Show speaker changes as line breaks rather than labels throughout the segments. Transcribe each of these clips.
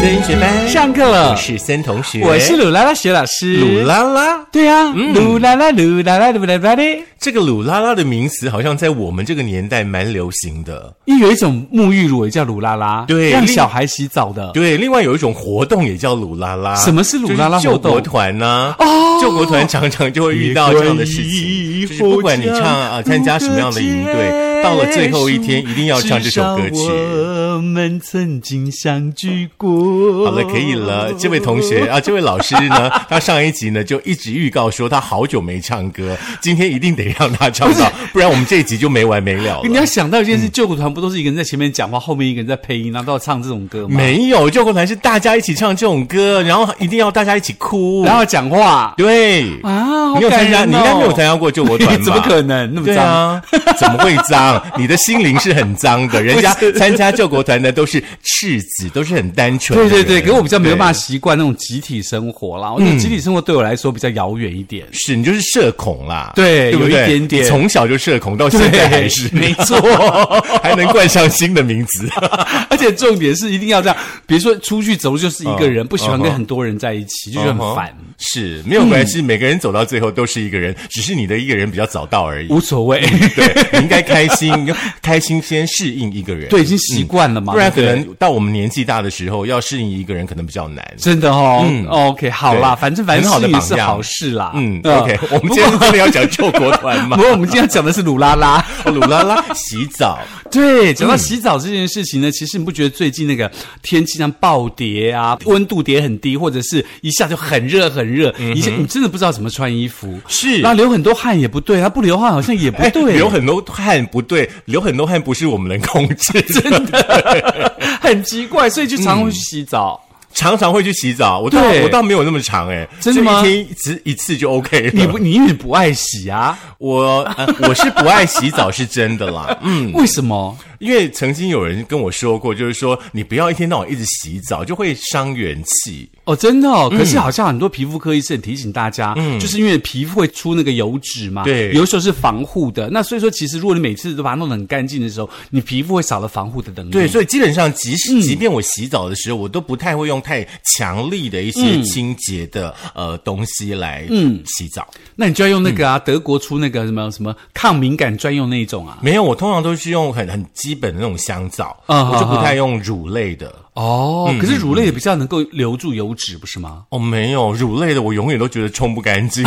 森学班
上课了
我，是森同学，
我是鲁拉拉学老师。
鲁，拉拉。
对呀、
嗯
鲁拉拉鲁拉拉鲁拉拉的，
这个鲁拉拉的名词好像在我们这个年代蛮流行的。
因为有一种沐浴乳也叫鲁拉拉，
对
让
另
小孩洗澡的。
对，另外有一种活动也叫鲁拉拉，
什么是鲁拉拉
就是
活
救
动
国团呢、哦，救国团常常就会遇到这样的事情，就是不管你唱啊参加什么样的营队，到了最后一天一定要唱这首歌
至
曲
少。我们曾经相聚过。
好了，可以 了。这位同学啊，这位老师呢，他上一集呢就一直预告说他好久没唱歌，今天一定得让他唱 到，不然我们这一集就没完没了
你
了。
要想到一件事，救国团不都是一个人在前面讲话，后面一个人在配音，然后都要唱这种歌吗？，
没有救国团是大家一起唱这种歌，然后一定要大家一起哭。
然后讲话
对，
啊，
你有参加？
好感人哦
你应该没有参加过救国团吧？
怎么可能那么
对
脏？
啊，怎么会脏？你的心灵是很脏的。人家参加救国团的都是赤子，都是很单纯的
对
人。
对对，可是我比较没有办
对。
法习惯那种集体生活
嗯
啦。我觉得集体生活对我来说比较遥远一点。
是你就是社恐啦，
对
不
有一点点
你从小就社恐，到现在还是，
对没错，
还能冠上新的名 字。
而且重点是一定要这样，比如说出去走路就是一个人，
嗯
不喜欢
嗯
跟
哼
很多人在一起，就觉得很烦。
嗯哼是没有关系，每个人走到最后都是一个人，只是你的一个人比较早到而已。
无所谓，
对，你应该开心， 你要开心先适应一个人。嗯
对，已经习惯了嘛，
不然可
对对
能到我们年纪大的时候，要适应一个人可能比较难。
真的哦。OK，好啦，
嗯对
反正反正
很好的
事情是
榜样
好事啦。
嗯
呃
，OK，我们
不
今
过
天真的要讲救国团吗
不？过我们今天要讲的是鲁拉拉。
哦鲁拉拉洗澡，
对，讲到洗澡这件事情呢，其实你不觉得最近那个天气像暴跌啊，温度跌很低，或者是一下就很热很热，一下你真的不知道怎么穿衣服，
是
然后流很多汗也不对，他不流汗好像也不哎对，
流 很多汗不对，流很多汗不是我们能控 制的。
很奇怪，所以就常会去洗澡。
常常会去洗澡，我倒
对
我倒没有那么长哎、
真的吗
就一天一次一次就 OK 了。
你不，你因为不爱洗啊？
我、呃我是不爱洗澡是真的啦， 嗯，
为什么？
因为曾经有人跟我说过，就是说你不要一天到晚一直洗澡，就会伤元气。
哦，真的
嗯
哦，可是好像很多皮肤科医生提醒大家，就是因为皮肤会出那个油脂嘛，
对
有时候是防护的。那所以说，其实如果你每次都把它弄得很干净的时候，你皮肤会少了防护的能力。
对，所以基本上即使即便我洗澡的时候，我都不太会用太强力的一些清洁的、呃东西来嗯洗澡。
那你就要用那
嗯
个啊，德国出那个什么什么抗敏感专用那一种啊。
没有，我通常都是用很很基本的那种香皂，
啊
我就不太用乳类的。
哦，可是乳类也比较能够留住油脂，不是吗？
哦，没有乳类的，我永远都觉得冲不干净。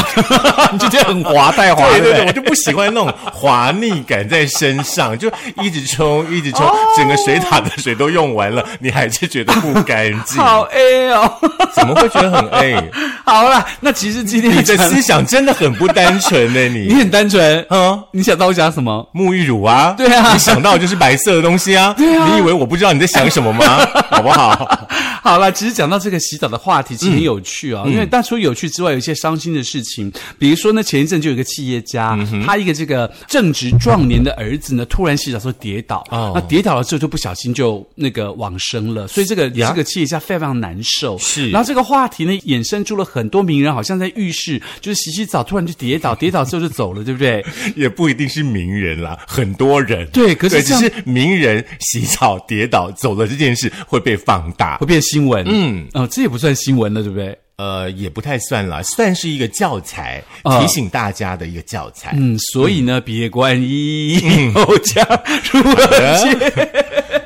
你就觉得很滑，带滑，
对
对
对
不
对，我
对？
就不喜欢那种滑腻感在身上， 就一直冲一直冲，
哦
整个水塔的水都用完了，你还是觉得不干净，
好 A 哦，
怎么会觉得很 哎？
好啦，那其实今天
你的
讲
思想真的很不单纯呢、
你
你
很单纯，
嗯。
你想到我讲什么？
沐浴乳啊，
对啊
你想到的就是白色的东西啊，
对啊
你以为我不知道你在想什么吗？ 好不好？
好啦，其实讲到这个洗澡的话题，其
嗯
实很有趣哦。因为但除了有趣之外，有一些伤心的事情，比如说呢，前一阵就有一个企业家，
嗯
他一个这个正值壮年的儿子呢，突然洗澡时候跌倒，
哦
那跌倒了之后就不小心就那个往生了，所以这个
呀
这个企业家非常难受。
是
然后这个话题呢，衍生出了很多名人，好像在浴室就是洗洗澡，突然就 跌倒，跌倒之后就走了，对不对？
也不一定是名人啦，很多人
对可是
只
这样
是名人洗澡跌倒走了这件事会被放大
会，变新闻，嗯，哦，这也不算新闻了，对不对？
呃，也不太算啦，算是一个教材，
啊
提醒大家的一个教材。
嗯，所以呢，别冠以
嗯
后加入
哎
了解。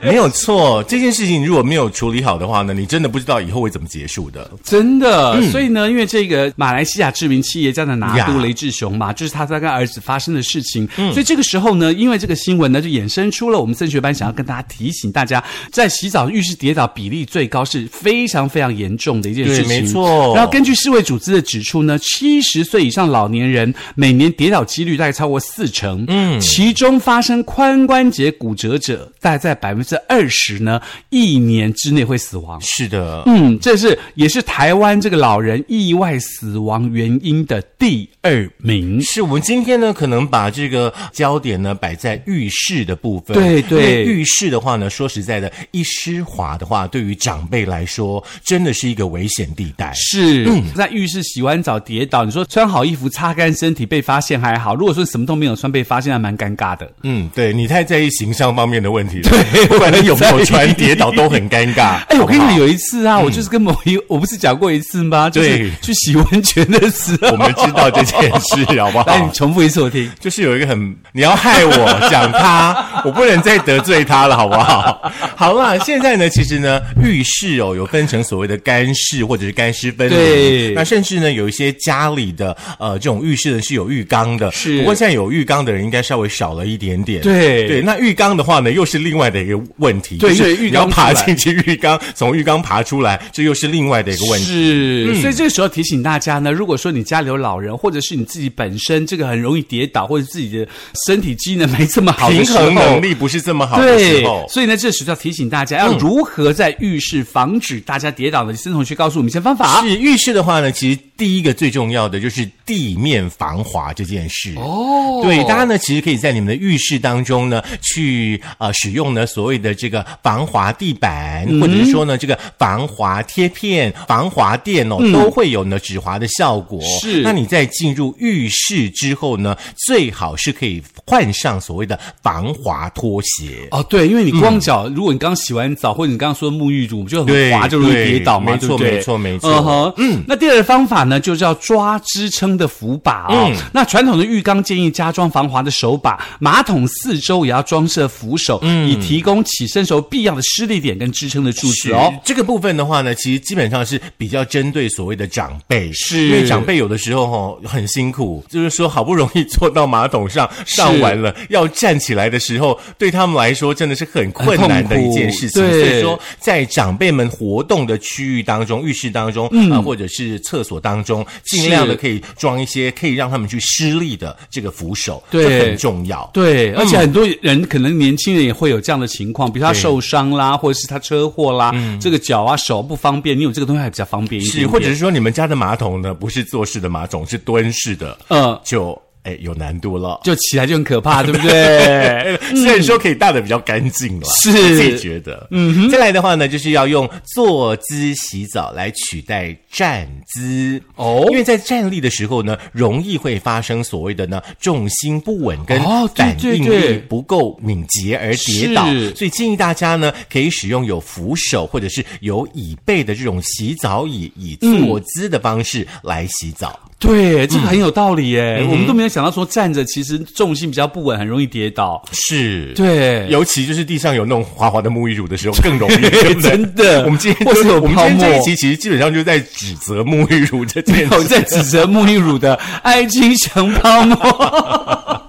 没有错，这件事情如果没有处理好的话呢，你真的不知道以后会怎么结束的。
真的，
嗯
所以呢，因为这个马来西亚知名企业家的拿督
呀
雷志雄嘛，就是他在跟儿子发生的事情，
嗯
所以这个时候呢，因为这个新闻呢，就衍生出了我们升学班想要跟大家提醒大家，在洗澡浴室跌倒比例最高是非常非常严重的一件事情，
对没错
然后根据世卫组织的指出呢，七十岁以上老年人每年跌倒几率大概超过四成，嗯，其中发生髋关节骨折者大概在百分之二十呢，一年之内会死亡。
是的，
嗯，这是也是台湾这个老人意外死亡原因的第二名。
是我们今天呢，可能把这个焦点呢摆在浴室的部分。
对对
因为浴室的话呢，说实在的，一湿滑的话，对于长辈来说，真的是一个危险地带。
是、在嗯浴室洗完澡跌倒，你说穿好衣服擦干身体被发现还好，如果说什么都没有穿被发现还蛮尴尬的。
嗯，对你太在意形象方面的问题了。对， 不管你有没有穿跌倒都很尴尬。
哎，我跟你
好不
讲，
好
有一次啊，我就是跟某一，我不是讲过一次吗？就是
对
去洗温泉的时 候，
我们知道这件事，好不
来，你
好？
重复一次我听。
就是有一个很，你要害我讲 他，我不能再得罪他了，好不好？好啦，现在呢，其实呢，浴室哦有分成所谓的干式或者是干湿分离
对，
那甚至呢有一些家里的呃这种浴室呢是有浴缸的，
是
不过现在有浴缸的人应该稍微少了一点点，
对
对。那浴缸的话呢，又是另外的一个问题，
对
就是
因为浴
你要
缸
爬
出来
进去浴缸，从浴缸爬出来，这又是另外的一个问题。
是，所以这个时候提醒大家呢，如果说你家里有老人，或者是你自己本身这个很容易跌倒，或者自己的身体机能没这么好的
平
时候，
衡能力不是这么好的
哦对
时候，。嗯
所以呢，这时候要提醒大家要如何在浴室防止大家跌倒呢？森同学告诉我们一些方法。
是浴室的话呢，其实第一个最重要的就是地面防滑这件事。
哦
对，大家呢其实可以在你们的浴室当中呢，去呃使用呢所谓的这个防滑地板，
嗯
或者是说呢这个防滑贴片、防滑垫哦，都会有呢止滑的效果。
嗯是
那你在进入浴室之后呢，最好是可以换上所谓的防滑拖鞋。
哦，对，因为你光脚，如果你刚洗完澡，或者你刚刚说沐浴乳，就很
嗯对
滑，就容易跌倒嘛，
对没错
对不对
没错没错
嗯哼，嗯。那第二个方法呢，就叫抓支撑的扶把哦。
嗯
那传统的浴缸建议加装防滑的手把，马桶四周也要装设扶手，
嗯
以提供起身时候必要的施力点跟支撑的柱子哦。
这个部分的话呢，其实基本上是比较针对所谓的长辈，
是
因为长辈有的时候哦、很辛苦，就是说好不容易坐到马桶上上完了，要站起来的时候，对他们来说真的是很困难的一件事情。
很痛苦
所
对
以说，在长辈们活动的区域当中，浴室当中啊、
嗯
或者是厕所当中，啊尽量的
是
可以装一些可以让他们去施力的这个扶手，
对
这很重要。
对，而且很多人、可能年轻人也会有这样的情况，比如他
嗯对
受伤啦，或者是他车祸啦，这个脚啊手不方便，你有这个东西还比较方便一点
是，
点
或者是说你们家的马桶呢，不是坐式的马桶，是蹲式的，
嗯
就哎有难度了。
就起来就很可 怕，对不对？
虽然说可以大的比较干净啦，
哎是
我自己觉得。嗯哼，再来的话呢，就是要用坐姿洗澡来取代站姿
哦
因为在站立的时候呢，容易会发生所谓的呢重心不稳跟
哦对
反
对
应
对
力不够敏捷而跌倒，
是
所以建议大家呢可以使用有扶手或者是有椅背的这种洗澡椅，以
嗯
坐姿的方式来洗澡。
对，这个很有道理耶，
嗯
我们都没有想到说站着其实重心比较不稳，很容易跌倒。
是。
对，
尤其就是地上有那种滑滑的沐浴乳的时候，更容 易，对不对？
真的
我们今天
或
就是
有
我们今天
泡沫
这一期其实基本上就在指责沐浴乳这件
有
事。
在指责沐浴乳的爱情熊泡沫。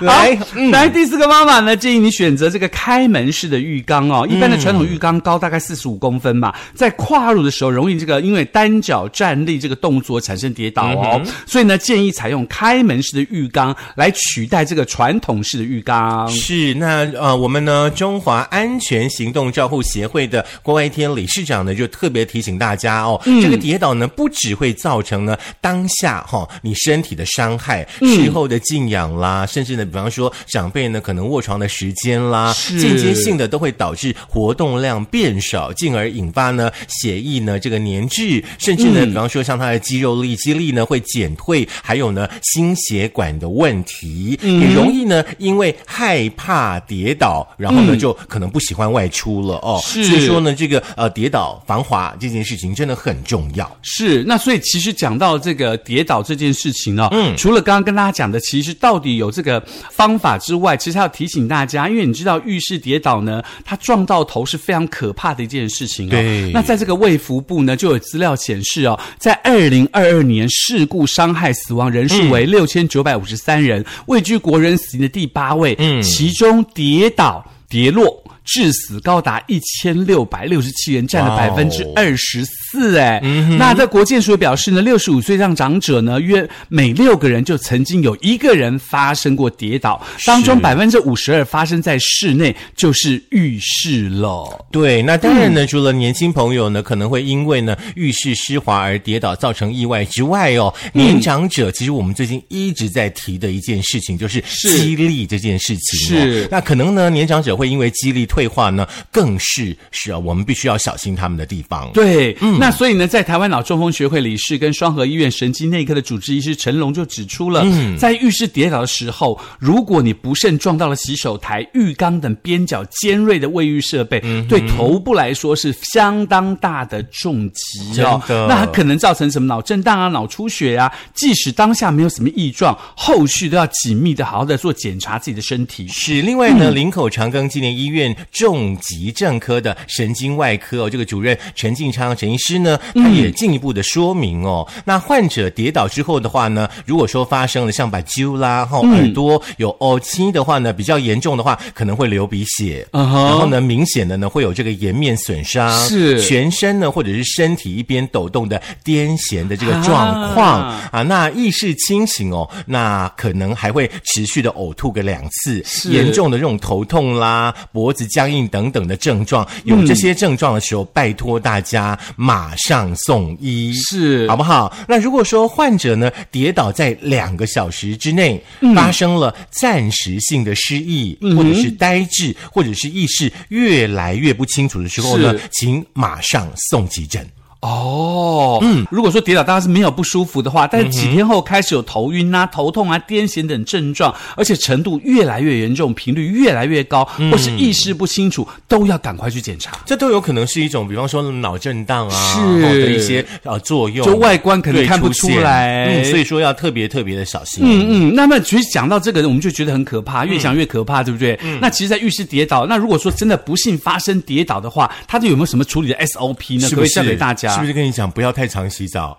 来
好，来第四个方法呢，建议你选择这个开门式的浴缸哦。一般的传统浴缸高大概四十五公分嘛，在跨入的时候容易这个因为单脚站立这个动作产生跌倒哦，所以呢建议采用开门式的浴缸来取代这个传统式的浴缸。
是那呃，我们呢中华安全行动照护协会的郭爱天理事长呢，就特别提醒大家哦，
嗯
这个跌倒呢不只会造成呢当下哈、你身体的伤害，
嗯
事后的静养啦，甚至呢，比方说长辈呢可能卧床的时间啦，
是
间接性的都会导致活动量变少，进而引发呢血液呢这个粘滞，甚至呢，比方说像他的肌肉力、肌力呢会减退，还有呢心血管的问题，也容易呢因为害怕跌倒，然后呢、就可能不喜欢外出了哦。
是
所以说呢，这个呃跌倒防滑这件事情真的很重要。
是，那所以其实讲到这个跌倒这件事情呢、嗯，除了刚刚跟大家讲的，其实到底有这个方法之外，其实还要提醒大家，因为你知道浴室跌倒呢，它撞到头是非常可怕的一件事情哦。
对
那在这个卫福部呢，就有资料显示哦，在二零二二年事故伤害死亡人数为六千九百五十三人，位居国人死因的第八位，嗯，其中跌倒、跌落。致死高达一千六百六十七人，占了
哇
百
哦嗯
分之二十四哎。那在国健署也表示呢，六十五岁以上长者呢，约每六个人就曾经有一个人发生过跌倒，当中百分之五十二发生在室内，就是浴室了。
对，那当然呢，除了年轻朋友呢可能会因为呢浴室湿滑而跌倒造成意外之外哦，
嗯
年长者其实我们最近一直在提的一件事情就是
是
肌力这件事情、哦。
是
那可能呢年长者会因为肌力退化呢，更是是啊，我们必须要小心他们的地方。
对，
嗯
那所以呢，在台湾脑中风学会理事跟双河医院神经内科的主治医师陈龙就指出了，
嗯
在浴室跌倒的时候，如果你不慎撞到了洗手台、浴缸等边角尖锐的卫浴设备，
嗯
对头部来说是相当大的重击哦。
真的
那它可能造成什么脑震荡啊、脑出血啊，即使当下没有什么异状，后续都要紧密的、好好的做检查自己的身体。
是，另外呢，林口长庚纪念医院重疾症科的神经外科哦，这个主任陈进昌陈医师呢，
嗯
他也进一步的说明哦，那患者跌倒之后的话呢，如果说发生了像把揪啦、哈、
嗯
耳朵有哦青的话呢，比较严重的话，可能会流鼻血，
嗯哼
然后呢，明显的呢会有这个颜面损伤，
是
全身呢或者是身体一边抖动的癫痫的这个状况。
啊
啊，那意识清醒哦，那可能还会持续的呕吐个两次，严重的这种头痛啦、脖子僵硬等等的症状，有
嗯
这些症状的时候，拜托大家马上送医。
是
好不好？那如果说患者呢跌倒在两个小时之内、
嗯
发生了暂时性的失忆，或者是呆滞，或者是意识越来越不清楚的时候呢
是，
请马上送急诊。
哦，嗯，如果说跌倒当然是没有不舒服的话，但是几天后开始有头晕啊、头痛啊、癫痫等症状，而且程度越来越严重，频率越来越高，
嗯
或是意识不清楚，都要赶快去检查。
这都有可能是一种，比方说脑震荡啊
是
哦的一些呃作用，
就外观可能看不出来
对出现嗯，所以说要特别特别的小心。
嗯嗯，那么其实讲到这个，我们就觉得很可
嗯
怕，越想越可怕，对不对？那其实，在浴室跌倒，那如果说真的不幸发生跌倒的话，它就有没有什么处理的 SOP 呢？
是
可
不
不可以教
是
给大家？
是不是跟你讲不要太常洗澡？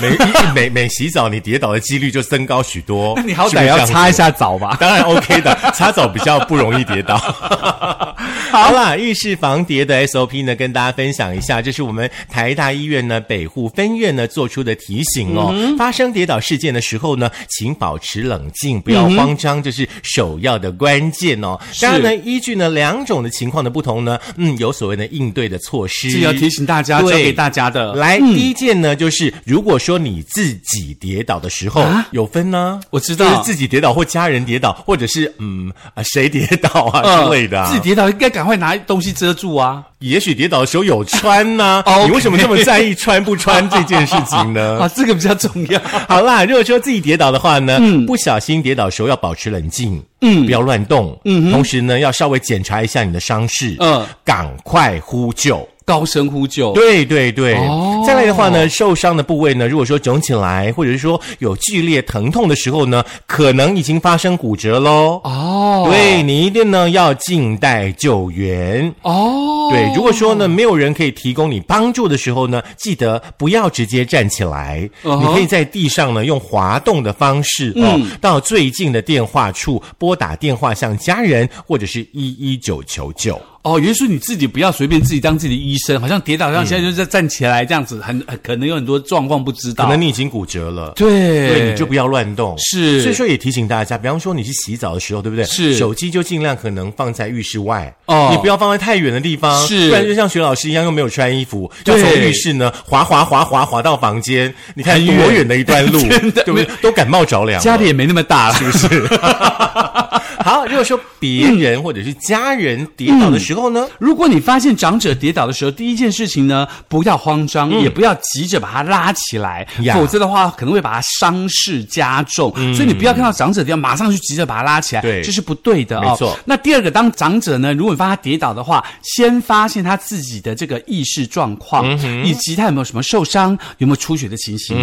每每每洗澡，你跌倒的几率就增高许多。
那你好
是不
歹
是这
要
样子
擦一下澡吧？
当然 OK 的， 擦澡比较不容易跌倒。 好啦，浴室防跌的 SOP 呢，跟大家分享一下，这是我们台大医院呢北护分院呢做出的提醒哦。
嗯
发生跌倒事件的时候呢，请保持冷静，不
嗯
要慌张，这是首要的关键哦。当然呢，依据呢两种的情况的不同呢，嗯，有所谓的应对的措施。
这要提醒大家，教
对
给大家的。
来，第一件呢，就是如果说你自己跌倒的时候、
啊
有分呢、
我知道
就是自己跌倒或家人跌倒，或者是嗯啊谁跌倒啊、
呃
之类的、啊，
自己跌倒应该赶快拿东西遮住啊！
也许跌倒的时候有穿呐、
OK
你为什么这么在意穿不穿这件事情呢？
啊，这个比较重要。
好啦，如果说自己跌倒的话呢，
嗯
不小心跌倒的时候要保持冷静，嗯，不要乱动，嗯，同时呢要稍微检查一下你的伤势，
嗯
赶快呼救。
高声呼救，
对对对，
哦
再来的话呢，受伤的部位呢，如果说肿起来，或者是说有剧烈疼痛的时候呢，可能已经发生骨折喽。
哦，
对你一定呢要静待救援。
哦，
对，如果说呢没有人可以提供你帮助的时候呢，记得不要直接站起来
嗯哼嗯
你可以在地上呢用滑动的方式哦，到最近的电话处拨打电话向家人或者是一一九求救。
哦，也就是你自己不要随便自己当自己的医生，好像跌倒，像现在就在站起来这样子，很很可能有很多状况不知道。
可能你已经骨折了，
对
对，你就不要乱动。
是
所以说也提醒大家，比方说你去洗澡的时候，对不对？
是
手机就尽量可能放在浴室外，
哦
你不要放在太远的地方，
是
不然就像徐老师一样，又没有穿衣服，就
对
从浴室呢滑滑滑滑滑到房间，你看
很
多
远
远的一段路，对
真的
不对？都感冒着凉了，
家里也没那么大了，是不是？
好，如果说别人或者是家人跌倒的时候呢，
如果你发现长者跌倒的时候，第一件事情呢，不要慌张，也不要急着把他拉起来，
嗯呀嗯
否则的话可能会把他伤势加重。所以你不要看到长者跌倒，马上就急着把他拉起来，
对
这是不对的哦。
没错
那第二个，当长者呢，如果你发现他跌倒的话，先发现他自己的这个意识状况，
嗯
以及他有没有什么受伤、有没有出血的情形。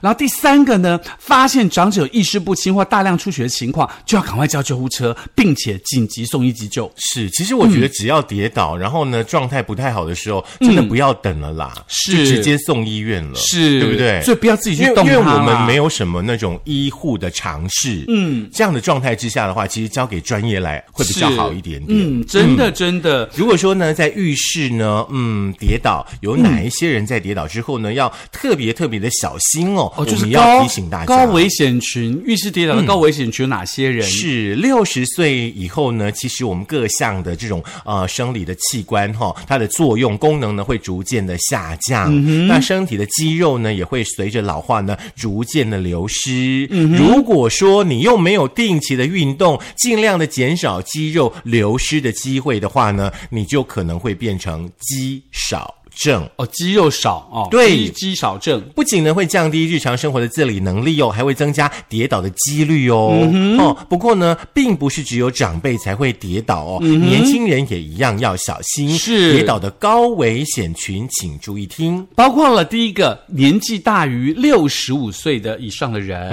然后第三个呢，发现长者有意识不清或大量出血的情况，就要赶快叫救护车，并且紧急送医急救。
是，其实我觉得只要跌倒，然后呢状态不太好的时候，真的不要等了啦，
嗯是
就直接送医院了，
是
对不对？
所以不要自己去
因为
动
因为
它
我们
啦
没有什么那种医护的常识，嗯，这样的状态之下的话，其实交给专业来会比较
是
好一点点。
嗯，真的真的，
如果说呢，在浴室呢，嗯，跌倒，有哪
嗯
一些人在跌倒之后呢，要特别特别的小心哦。
哦，就
我
是
们
高
要提醒大家，嗯
高危险群，浴室跌倒的高危险群有哪些人？
是六十岁以后呢，其实我们各项的这种呃生理的器官哈、它的作用功能呢会逐渐的下降，那身体的肌肉呢也会随着老化呢逐渐的流失。如果说你又没有定期的运动，尽量的减少肌肉流失的机会的话呢，你就可能会变成肌少症。
哦，肌肉少哦，
对
肌肌少症。
不仅呢会降低日常生活的自理能力哦，还会增加跌倒的几率哦。
嗯
哦，不过呢，并不是只有长辈才会跌倒哦，年轻人也一样要小心。
嗯是
跌倒的高危险群，请注意听。
包括了第一个年纪大于六十五岁的以上的人，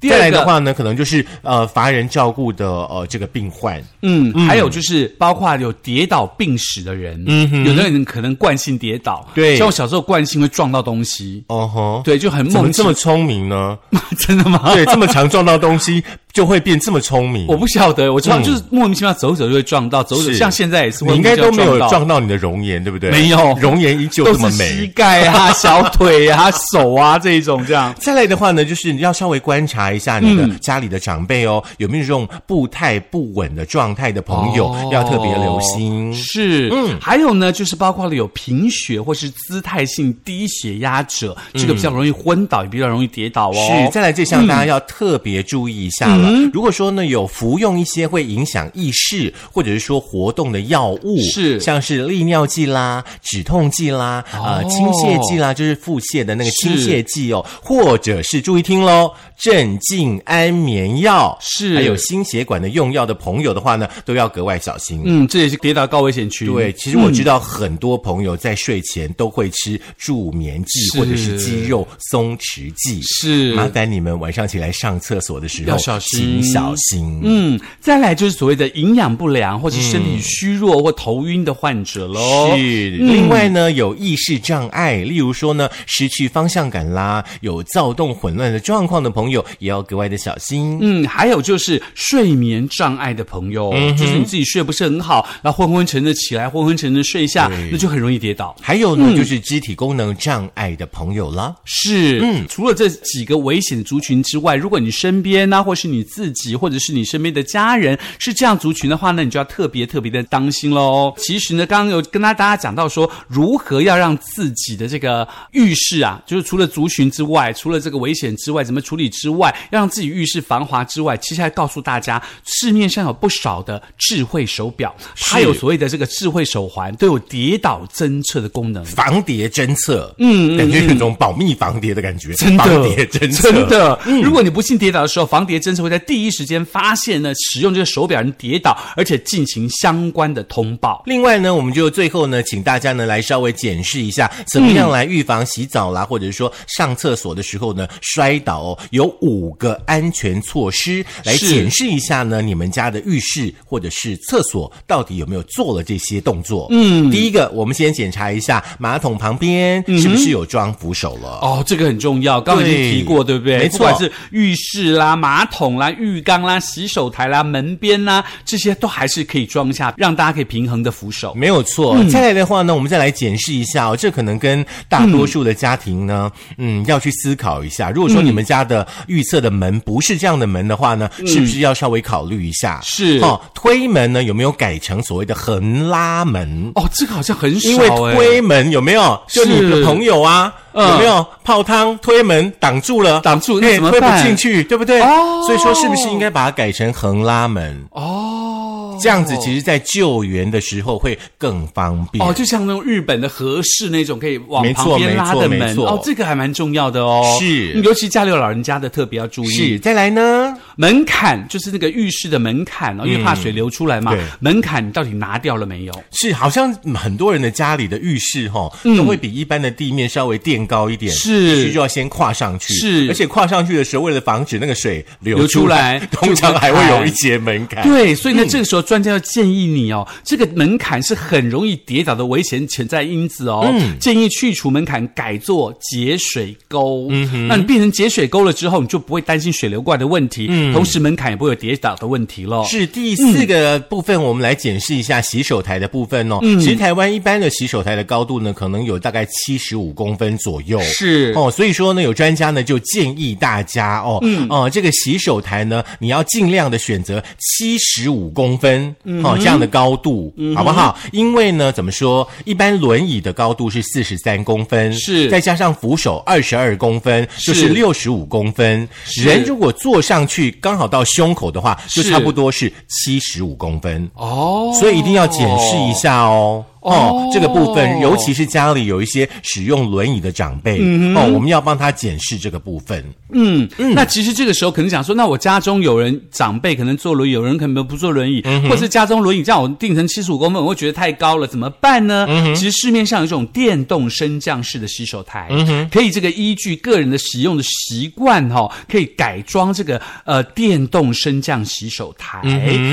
第
嗯再
二
来
个
的话呢，可能就是呃乏人照顾的呃这个病患。
嗯，还有就是包括有跌倒病史的人，嗯，有的人可能惯性跌倒，
对
像我小时候惯性会撞到东西，
哦吼，
对，就很
怎
梦
么这么聪明 呢？
真的吗？
对，这么常撞到东西就会变这么聪明。
我不晓得，我知道
嗯
就是莫名其妙走走就会撞到，走走
是
像现在也是，
你应该都没有
到
撞到你的容颜，对不对？
没有
容颜依旧
都
这么
是
美。
膝盖 啊、小腿啊、手啊这一种这样。
再来的话呢，就是你要稍微观察一下你的家里的长辈哦，有没有这种步态不稳的状态的朋友，
哦
要特别留心。
是，嗯，还有呢，就是包括了有贫血或是姿态性低血压者，这个比较容易昏倒，也比较容易跌倒哦。
嗯是，再来这项大家要特别注意一下了。
嗯
如果说呢有服用一些会影响意识或者是说活动的药物，
是
像是利尿剂啦、止痛剂啦、呃
哦
清泻剂啦，就是腹泻的那个清
是
泻剂哦，或者是注意听喽，镇静安眠药
是
还有心血管的用药的朋友的话呢，都要格外小心。
嗯，这也是跌倒高危险区。嗯
对，，其实我知道很多朋友在睡前都会吃助眠剂
是
或者是肌肉松弛剂，
是
麻烦你们晚上起来上厕所的时候
要小心
请小心。嗯。
嗯，再来就是所谓的营养不良或者身体虚弱或头晕的患者喽。
是，另外呢，有意识障碍，例如说呢，失去方向感啦，有躁动混乱的状况的朋友，也要格外的小心。
嗯，还有就是睡眠障碍的朋友，就是你自己睡不是很好，然后昏昏沉的起来，昏昏沉的睡下，那就很容易跌倒。
还有
嗯
呢，就是肢体功能障碍的朋友啦。
是，嗯，除了这几个危险族群之外，如果你身边呢、或是你自己，或者是你身边的家人是这样族群的话，那你就要特别特别的当心喽。其实呢，刚刚有跟大家讲到说，如何要让自己的这个浴室啊，就是除了族群之外，除了这个危险之外，怎么处理之外，要让自己浴室防滑之外，其实还告诉大家，市面上有不少的智慧手表，它
是
有所谓的这个智慧手环，都有跌倒侦测的功能。
防谍侦测，嗯，感觉有一种保密防谍的感觉，
真的，
防谍侦测，
真的。如果你不幸跌倒的时候，防跌侦测会在第一时间发现呢，使用这个手表人跌倒，而且进行相关的通报。
另外呢，我们就最后呢，请大家呢来稍微检视一下，怎么样来预防洗澡啦，或者说上厕所的时候呢摔倒哦。有五个安全措施来
是
检视一下呢，你们家的浴室或者是厕所到底有没有做了这些动作？嗯，第一个，我们先检查一下马桶旁边是不是有装扶手了。
哦，这个很重要，刚刚已经提过，对不对？
没错
不管是浴室啦、马桶啦、浴缸啦、洗手台啦、门边啦，这些都还是可以装下，让大家可以平衡的扶手。
没有错。
嗯
再来的话呢，我们再来检视一下哦，这可能跟大多数的家庭呢，嗯要去思考一下。如果说你们家的预测的门不是这样的门的话呢，是不是要稍微考虑一下？
嗯是
哦，推门呢有没有改成所谓的横拉门？
哦，这个好像很少、欸，
因为推门有没有？就你的
是
朋友啊，
嗯
有没有泡汤推门挡住了？
挡住那
对
怎么
推不
办
进去，对不对？
哦
所以说，是不是应该把它改成横拉门？
哦，
这样子，其实在救援的时候会更方便。
哦，就像那种日本的和室那种可以往
没错
旁边拉的
没错
门
没错
哦，这个还蛮重要的哦。
是
尤其家里有老人家的特别要注意。
是，再来呢？
门槛就是那个浴室的门槛哦，因为怕水流出来
嗯
嘛。
对
门槛你到底拿掉了没有？
是，好像嗯很多人的家里的浴室哈、哦，都会比一般的地面稍微垫高一点，
嗯是
必须就要先跨上去，
是
而且跨上去的时候，为了防止那个水流
流出来
通常还会有一节门槛。嗯
对，所以呢，这个时候候，专家要建议你哦，这个门槛是很容易跌倒的危险潜在因子哦。
嗯
建议去除门槛，改做节水沟。嗯那你变成节水沟了之后，你就不会担心水流过来的问题，同时门槛也不会有跌倒的问题了。
嗯是第四个部分，我们来检视一下洗手台的部分哦。
嗯
其实台湾一般的洗手台的高度呢，可能有大概七十五公分左右。
是
哦，所以说呢，有专家呢就建议大家哦，嗯，哦，这个洗手台呢，你要尽量的选择七十五公分、哦这样的高度，好不好？因为呢，怎么说，一般轮椅的高度是四十三公分，
是
再加上扶手二十二公分，就是
是
六十五公分。人如果坐上去刚好到胸口的话，就是差不多是七十五公分。
哦
所以一定要检视一下哦。哦
哦，
这个部分，尤其是家里有一些使用轮椅的长辈，哦，我们要帮他检视这个部分。
嗯，那其实这个时候可能想说，那我家中有人长辈可能坐轮椅，有人可能不坐轮椅，或是家中轮椅这样我定成七十五公分，我会觉得太高了，怎么办呢？其实市面上有一种电动升降式的洗手台，可以这个依据个人的使用的习惯哈、哦，可以改装这个呃电动升降洗手台。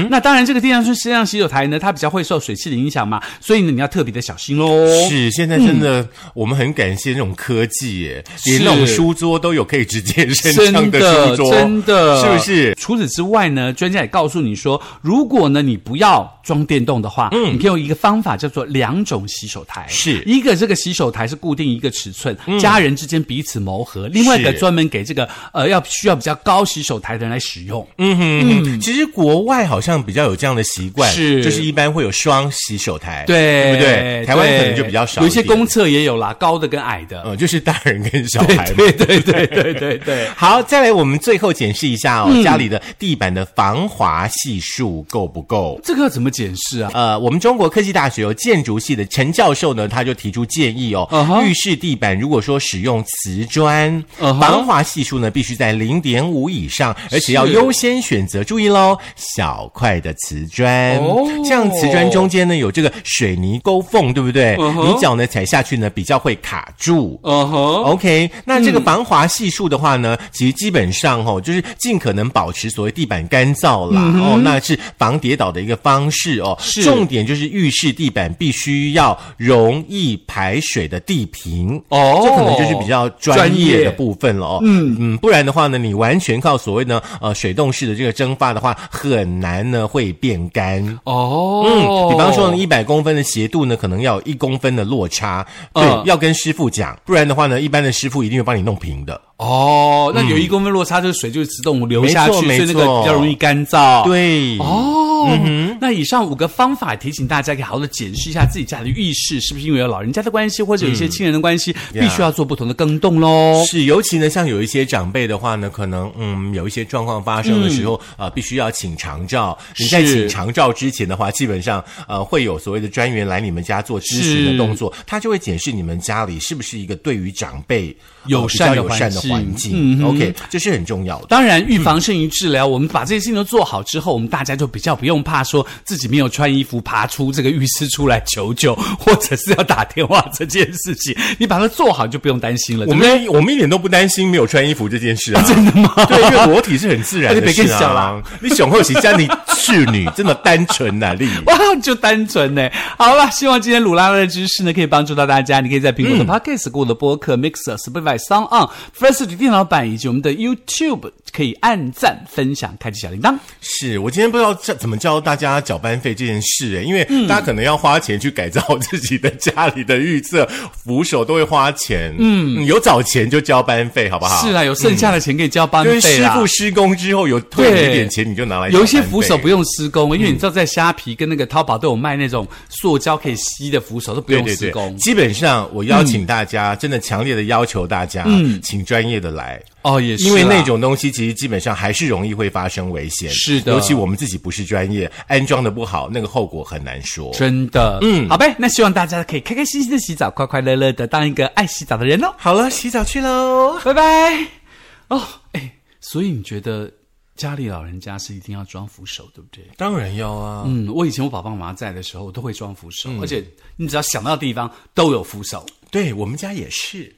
那当然，这个电动升降洗手台呢，它比较会受水汽的影响嘛，所以呢，你要特别的小心喽。
是，现在真的，我们很感谢这种科技耶，连
嗯是
那种书桌都有可以直接升降
真
的书桌，
真的，
是不是？
除此之外呢，专家也告诉你说，如果呢你不要装电动的话，嗯，你可以用一个方法叫做两种洗手台，
是嗯
一个这个洗手台是固定一个尺寸，家人之间彼此磨合；，另外一个
是
专门给这个呃要需要比较高洗手台的人来使用。
嗯哼，其实国外好像比较有这样的习惯，
是
就是一般会有双洗手台，
对
对不对？台湾
对
可能就比较少
有
点，
一些公厕也有啦，高的跟矮的。
呃，就是大人跟小孩嘛，
对对对对对 对。嗯
好，再来我们最后检视一下哦，家里的地板的防滑系数够不够？
这个要怎么解释啊？
呃，我们中国科技大学有建筑系的陈教授呢，他就提出建议哦
嗯哼
浴室地板如果说使用瓷砖
嗯哼
防滑系数呢必须在零点五以上，而且
是
要优先选择，注意喽，小块的瓷砖。
哦
像瓷砖中间呢有这个水泥沟缝，对不对？
嗯哼
你脚呢踩下去呢比较会卡住。
嗯哼，
OK，那
嗯
这个防滑系数的话呢，其实基本上哦，就是尽可能保持所谓地板干燥啦，哦，那是防跌倒的一个方式哦。
嗯是
重点就是浴室地板必须要容易排水的地坪。
哦
这可能就是比较专业
专
的
业
部分了哦。嗯嗯，不然的话呢，你完全靠所谓呢呃水动式的这个蒸发的话，很难呢会变干。
哦，
嗯，比方说呢，一百公分的斜度呢，可能要有一公分的落差，对，
嗯
要跟师傅讲，不然的话呢，一般的师傅一定会帮你弄平的。
哦，那有一公分落差，这个水就自动流下去，
嗯没错
所以那
没
个
错
比较容易干燥。。
对，
哦，那以上五个方法提醒大家，可以好好的检视一下自己家的浴室是不是因为有老人家的关系，或者有一些亲人的关系，
嗯 Yeah
必须要做不同的更动喽。
是，尤其呢，像有一些长辈的话呢，可能嗯有一些状况发生的时候，呃，必须要请长照。你在
嗯是
请长照之前的话，基本上呃会有所谓的专员来你们家做咨询的
是
动作，他就会检视你们家里是不是一个对于长辈呃
友
比较
善的
友善的
环境嗯
环境。OK，这是很重要的。
当然，预防胜于治疗。我们把这些事情都做好之后，我们大家就比较不用怕说自己没有穿衣服爬出这个浴室出来求救，或者是要打电话这件事情。你把它做好，就不用担心了。
我
对不对
们我们一点都不担心没有穿衣服这件事啊！真的吗？ 对，因为裸体是很自然
而且
的
别
事
跟小
啊
啦。
你雄厚起家，你侍女真的单纯呐、丽。
哇，就单纯呢。好了，希望今天鲁拉拉的知识呢，可以帮助到大家。你可以在苹果
嗯
的 Podcast、Google 的播客、Mixer、Spotify、Sound On、First 的电脑版以及我们的 YouTube 可以按赞、分享、开启小铃铛。
是我今天不知道这怎么教大家缴班费这件事欸诶，因为
嗯
大家可能要花钱去改造自己的家里的预测，扶手都会花钱。嗯，有找钱就交班费，好不好？嗯
是啊，有剩下的钱可以交班
就是
费
师
啦
傅。施工之后有退你一点钱，你就拿来。
有一些扶手不
用。
用施工，
嗯
因为你知道在虾皮跟那个淘宝都有卖那种塑胶可以吸的扶手，都不
对
用
对
施
对
工，。嗯
基本上我邀请大家，真的强烈的要求大家，请专业的来，
哦，也是啦，
因为那种东西其实基本上还是容易会发生危险。
是的
尤其我们自己不是专业，安装的不好，那个后果很难说。
真的，嗯，好呗。那希望大家可以开开心心的洗澡，快快乐乐的当一个爱洗澡的人哦。
好了，洗澡去喽。
拜拜。哦，哎，所以你觉得家里老人家是一定要装扶手，对不对？
当然要啊。
嗯，我以前我爸爸妈妈在的时候，我都会装扶手，而且你只要想到的地方都有扶手。
对我们家也是。